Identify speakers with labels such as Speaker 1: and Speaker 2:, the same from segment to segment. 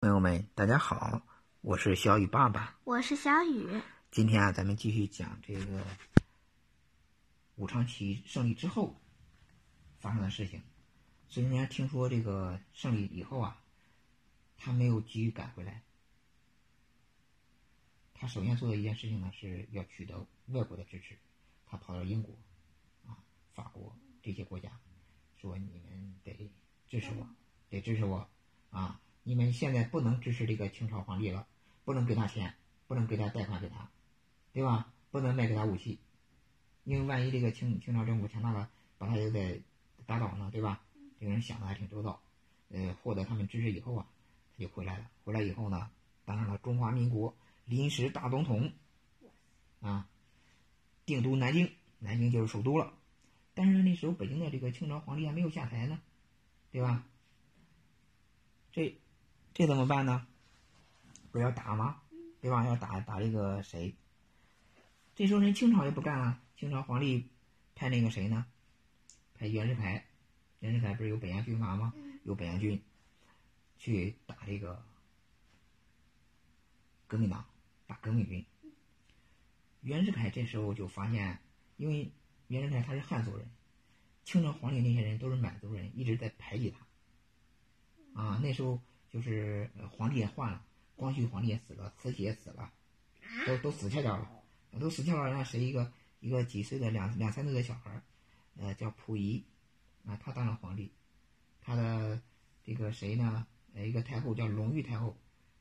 Speaker 1: 朋友们，大家好，我是小雨爸爸。
Speaker 2: 我是小雨。
Speaker 1: 今天啊，咱们继续讲这个武昌起义胜利之后发生的事情。孙中山听说这个胜利以后啊，他没有急于赶回来，他首先做的一件事情呢，是要取得外国的支持。他跑到英国、啊、法国这些国家，说你们得支持我，得支持我啊！你们现在不能支持这个清朝皇帝了，不能给他钱，不能给他贷款给他，对吧？不能卖给他武器，因为万一这个清清朝政府强大了，把他也给打倒呢，对吧？这个人想的还挺周到，呃，获得他们支持以后啊，他就回来了。回来以后呢，当上了中华民国临时大总统，啊，定都南京，南京就是首都了。但是那时候北京的这个清朝皇帝还没有下台呢，对吧？这这怎么办呢？不是要打吗？对吧？要打打这个谁？这时候人清朝就不干了，清朝皇帝派那个谁呢？派袁世凯，袁世凯不是有北洋军阀吗？有北洋军去打这个革命党，打革命军。袁世凯这时候就发现，因为袁世凯他是汉族人，清朝皇帝那些人都是满族人，一直在排挤他。啊，那时候就是呃皇帝也换了，光绪皇帝也死了，慈禧也死了，都都死翘翘了，都死翘翘了。那谁一个一个几岁的两两三岁的小孩儿，呃，叫溥仪，啊，他当了皇帝，他的这个谁呢？呃，一个太后叫隆裕太后，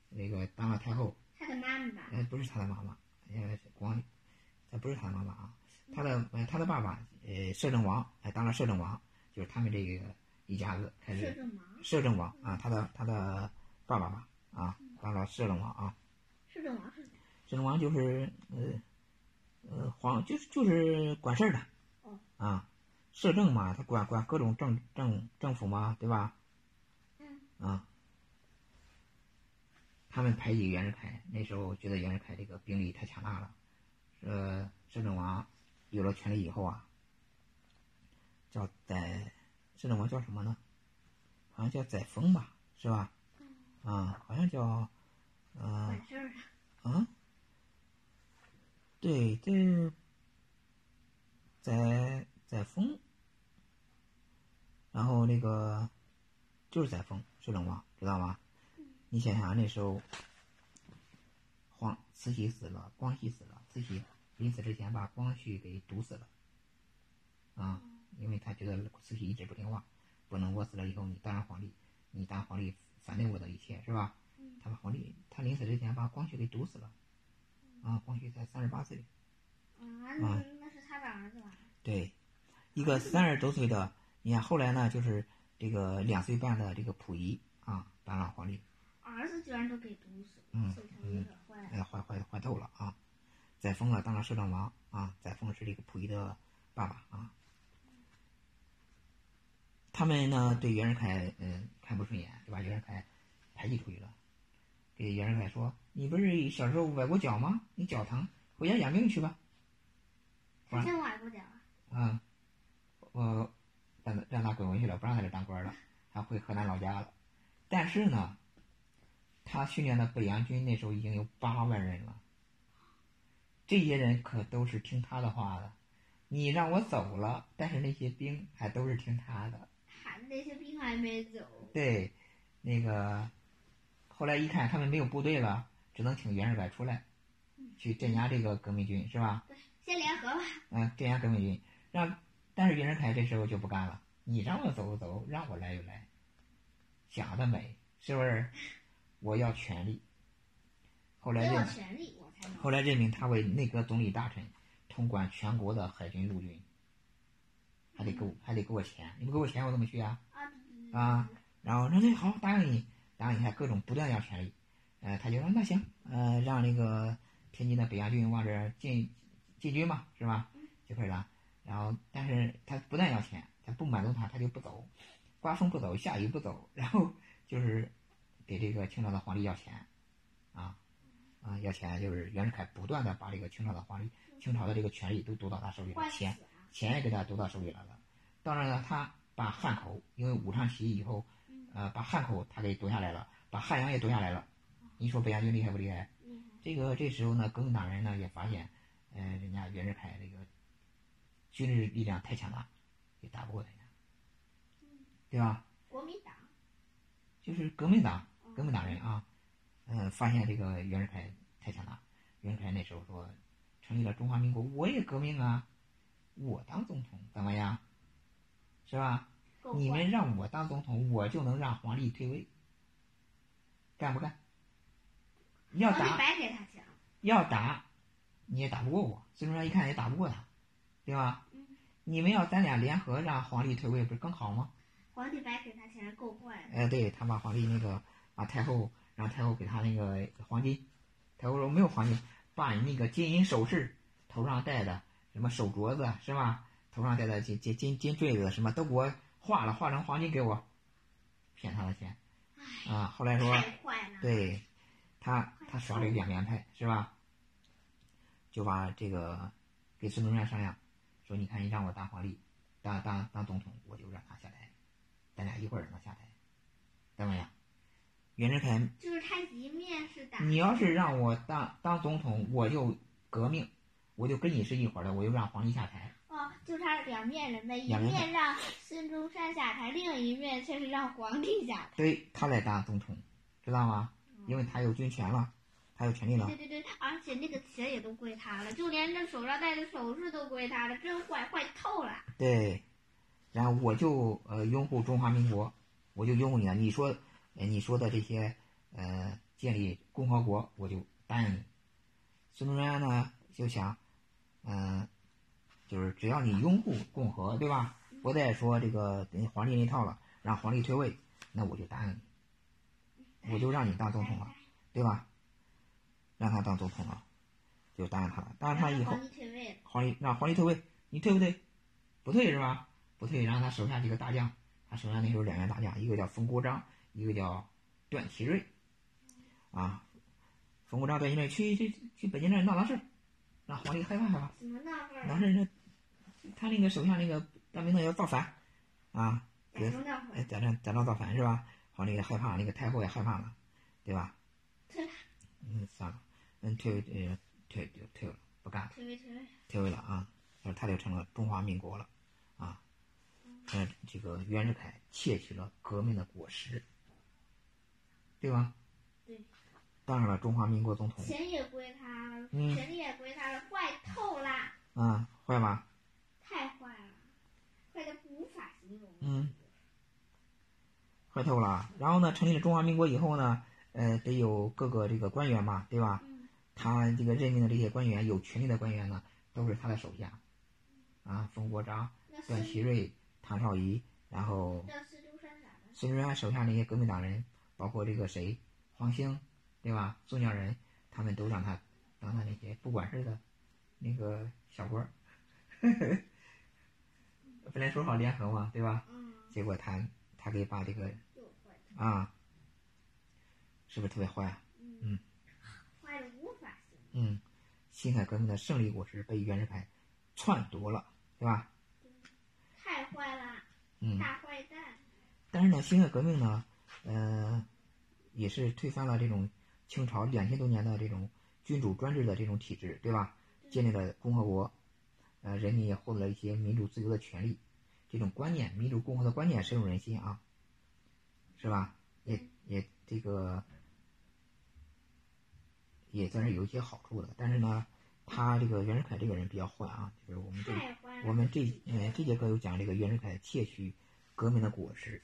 Speaker 1: 那个当了太后，
Speaker 2: 他的妈妈吧，
Speaker 1: 呃，不是他的妈妈，呃，光，他不是他的妈妈啊，他的呃他的爸爸呃摄政王，哎、当了摄政王，就是他们这个一家子开始
Speaker 2: 摄政王，
Speaker 1: 摄政王啊，他的他的爸爸吧啊，当了摄政王啊，
Speaker 2: 摄政王是谁？
Speaker 1: 摄政王就是呃呃皇就是就是管事儿的
Speaker 2: 哦，
Speaker 1: 啊，摄政嘛，他管管各种政政政府嘛，对吧？
Speaker 2: 嗯，
Speaker 1: 啊，他们排挤袁世凯，那时候觉得袁世凯这个兵力太强大了，呃，摄政王有了权力以后啊，叫载摄政王叫什么呢？好像叫载沣吧，是吧？
Speaker 2: 嗯
Speaker 1: 啊，好像叫，呃
Speaker 2: 管事儿的。
Speaker 1: 啊，对，这是载载沣，然后那个就是载沣，摄政王，知道吗？你想想那时候，皇慈禧死了，光绪死了，慈禧临死之前把光绪给毒死了，啊，因为他觉得慈禧一直不听话，不能我死了以后你当上皇帝，你当皇帝反对我的一切是吧？他把皇帝他临死之前把光绪给毒死了，啊，光绪才三十八岁，
Speaker 2: 啊，
Speaker 1: 啊
Speaker 2: 那那是他的儿子吧？
Speaker 1: 对，一个三十多岁的，你看后来呢，就是这个两岁半的这个溥仪啊，当上皇帝，
Speaker 2: 儿子居然都给毒死
Speaker 1: 嗯
Speaker 2: 了，所以他有点坏了。
Speaker 1: 哎，坏坏坏透了啊！载沣啊，当了摄政王啊，载沣是这个溥仪的爸爸啊。他们呢对袁世凯嗯看不顺眼，就把袁世凯排挤出去了。给袁世凯说：“你不是小时候崴过脚吗？你脚疼，回家养病去吧。
Speaker 2: 他真崴过脚啊？”
Speaker 1: 啊，我让他让他滚回去了，不让他这当官了，他回河南老家了。但是呢，他训练的北洋军那时候已经有八万人了，这些人可都是听他的话的。你让我走了，但是那些兵还都是听他的。
Speaker 2: 喊那些兵还没走，
Speaker 1: 对，那个后来一看他们没有部队了，只能请袁世凯出来，去镇压这个革命军，是吧？
Speaker 2: 先联合吧。
Speaker 1: 嗯，镇压革命军，让但是袁世凯这时候就不干了，你让我走就走，让我来就来，想得美，是不是？我要权力。后来
Speaker 2: 给我
Speaker 1: 任
Speaker 2: 权力，我才能。
Speaker 1: 后来任命他为内阁总理大臣，统管全国的海军、陆军，还得给我还得给我钱，你不给我钱我怎么去啊？
Speaker 2: 啊
Speaker 1: 啊，然后说那好，答应你，答应你，还各种不断地要权利。呃，他就说那行，呃，让那个天津的北洋军往这儿进进军嘛，是吧？就开始了。然后，但是他不但要钱，他不满足他，他就不走，刮风不走，下雨不走，然后就是给这个清朝的皇帝要钱，啊啊，要钱就是袁世凯不断的把这个清朝的皇帝、清朝的这个权力都夺到他手里了，
Speaker 2: 坏
Speaker 1: 钱
Speaker 2: 死啊！
Speaker 1: 钱也给他夺到手里来了。当然了，他把汉口，因为武昌起义以后，呃，把汉口他给夺下来了，把汉阳也夺下来了。你说北洋军厉害不厉害？
Speaker 2: 厉害，
Speaker 1: 这个这时候呢，革命党人呢也发现，呃，人家袁世凯这个军事力量太强大，也打不过人家，对吧？
Speaker 2: 国民党，
Speaker 1: 就是革命党
Speaker 2: 嗯
Speaker 1: 革命党人啊，呃，发现这个袁世凯太强大，袁世凯那时候说，成立了中华民国，我也革命啊，我当总统怎么样？是吧？
Speaker 2: 够
Speaker 1: 你
Speaker 2: 坏
Speaker 1: 们让我当总统，我就能让皇帝退位，干不干？要
Speaker 2: 我得
Speaker 1: 打
Speaker 2: 白给他讲，
Speaker 1: 要打，你也打不过我。孙中山一看也打不过他，对吧
Speaker 2: 嗯？
Speaker 1: 你们要咱俩联合让皇帝退位，不是更好吗？
Speaker 2: 皇帝白给他钱够坏了，
Speaker 1: 哎，对他把皇帝那个把太后让太后给他那个黄金，太后说没有黄金，把你那个金银首饰、头上戴的什么手镯子是吧？头上戴的金金金金坠子什么都给我化了，化成黄金给我，骗他的钱
Speaker 2: 哎，
Speaker 1: 啊！后来说
Speaker 2: 太坏了，
Speaker 1: 对他他耍了一个两面派是吧？就把这个给孙中山商量，说你看你让我当皇帝，当当当总统，我就让他下台，咱俩一会儿能下台，怎么样？袁世凯，
Speaker 2: 就是他一面是打，
Speaker 1: 你要是让我当当总统，我就革命，我就跟你是一伙儿的，我就让皇帝下台。
Speaker 2: 哦，就是他两面人呗，一
Speaker 1: 两面
Speaker 2: 面让孙中山下台，另一面却是让皇帝下台。
Speaker 1: 对，他来当总统，知道吗？因为他有军权了，他有权利了
Speaker 2: 对。对对，而且那个钱也都归他了，就连这手上戴的首饰都归他了，真坏，坏透了。
Speaker 1: 对，然后我就呃拥护中华民国，我就拥护你了。你说，呃你说的这些，呃，建立共和国，我就答应你。孙中山呢就想，嗯、就是只要你拥护共和，对吧？不再说这个呃皇帝那套了，让皇帝退位，那我就答应你，我就让你当总统
Speaker 2: 哎
Speaker 1: 了，对吧？让他当总统了，就答应他了。答应他以后
Speaker 2: 皇，帝退位了，
Speaker 1: 皇帝让皇帝退位，你退不退？不退是吧？不退，然后他手下几个大将，他手下那时候两员大将，一个叫冯国璋，一个叫段祺瑞，啊，冯国璋、段祺瑞去去去北京这儿闹狼事儿，让皇帝害怕害怕。
Speaker 2: 怎么那味儿
Speaker 1: 狼？事儿那他那个手下那个大兵头要造反，啊，
Speaker 2: 假装那会
Speaker 1: 哎
Speaker 2: 儿，
Speaker 1: 假装假装造反是吧？皇帝也害怕，那个太后也害怕了，对吧？
Speaker 2: 退了
Speaker 1: 嗯，算了，嗯，退呃退就退了，不干了。
Speaker 2: 退位退位，
Speaker 1: 退位了啊，就是他就成了中华民国了，啊，那这个袁世凯窃取了革命的果实，对吧？
Speaker 2: 对，
Speaker 1: 当上了中华民国总统，
Speaker 2: 钱也归他了，
Speaker 1: 嗯
Speaker 2: 权力也归他了，坏透了，
Speaker 1: 嗯，坏吧？
Speaker 2: 太坏了，坏的无法形容。
Speaker 1: 嗯，坏透了。啊然后呢，成立了中华民国以后呢，呃，得有各个这个官员嘛，对吧？
Speaker 2: 嗯，
Speaker 1: 他这个任命的这些官员，有权力的官员呢，都是他的手下，啊，冯国璋、
Speaker 2: 那孙
Speaker 1: 段祺瑞、唐绍仪，然后
Speaker 2: 那孙中山咋的？
Speaker 1: 孙中山啊手下那些革命党人，包括这个谁，黄兴，对吧？宋教仁，他们都让他当他那些不管事的那个小官儿。 本来说好联合嘛，对吧？
Speaker 2: 嗯，
Speaker 1: 结果他他给把这个
Speaker 2: 又坏了，
Speaker 1: 啊，是不是特别坏啊？嗯
Speaker 2: 嗯，坏的无法形容。
Speaker 1: 嗯，辛亥革命的胜利果实被袁世凯篡夺了，对吧？
Speaker 2: 太坏了，
Speaker 1: 嗯，
Speaker 2: 大坏蛋。
Speaker 1: 但是呢，辛亥革命呢，呃，也是推翻了这种清朝两千多年的这种君主专制的这种体制，对吧？建立了共和国，呃，人民也获得了一些民主自由的权利。这种观念，民主共和的观念深入人心啊，是吧？也也这个也算是有一些好处的。但是呢，他这个袁世凯这个人比较坏啊，就是我们这个
Speaker 2: 太坏了。
Speaker 1: 我们这呃这节课有讲这个袁世凯窃取革命的果实，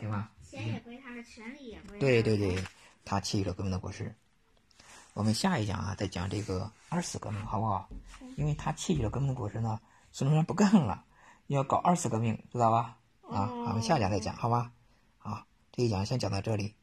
Speaker 1: 行吧？
Speaker 2: 钱也归他了，权力也归他。
Speaker 1: 对对对，，他窃取了革命的果实。我们下一讲啊，再讲这个二次革命，好不好？因为他窃取了革命的果实呢，孙中山不干了，要搞二次革命，知道吧？啊，好我们下一讲再讲，好吧？好，这一讲先讲到这里。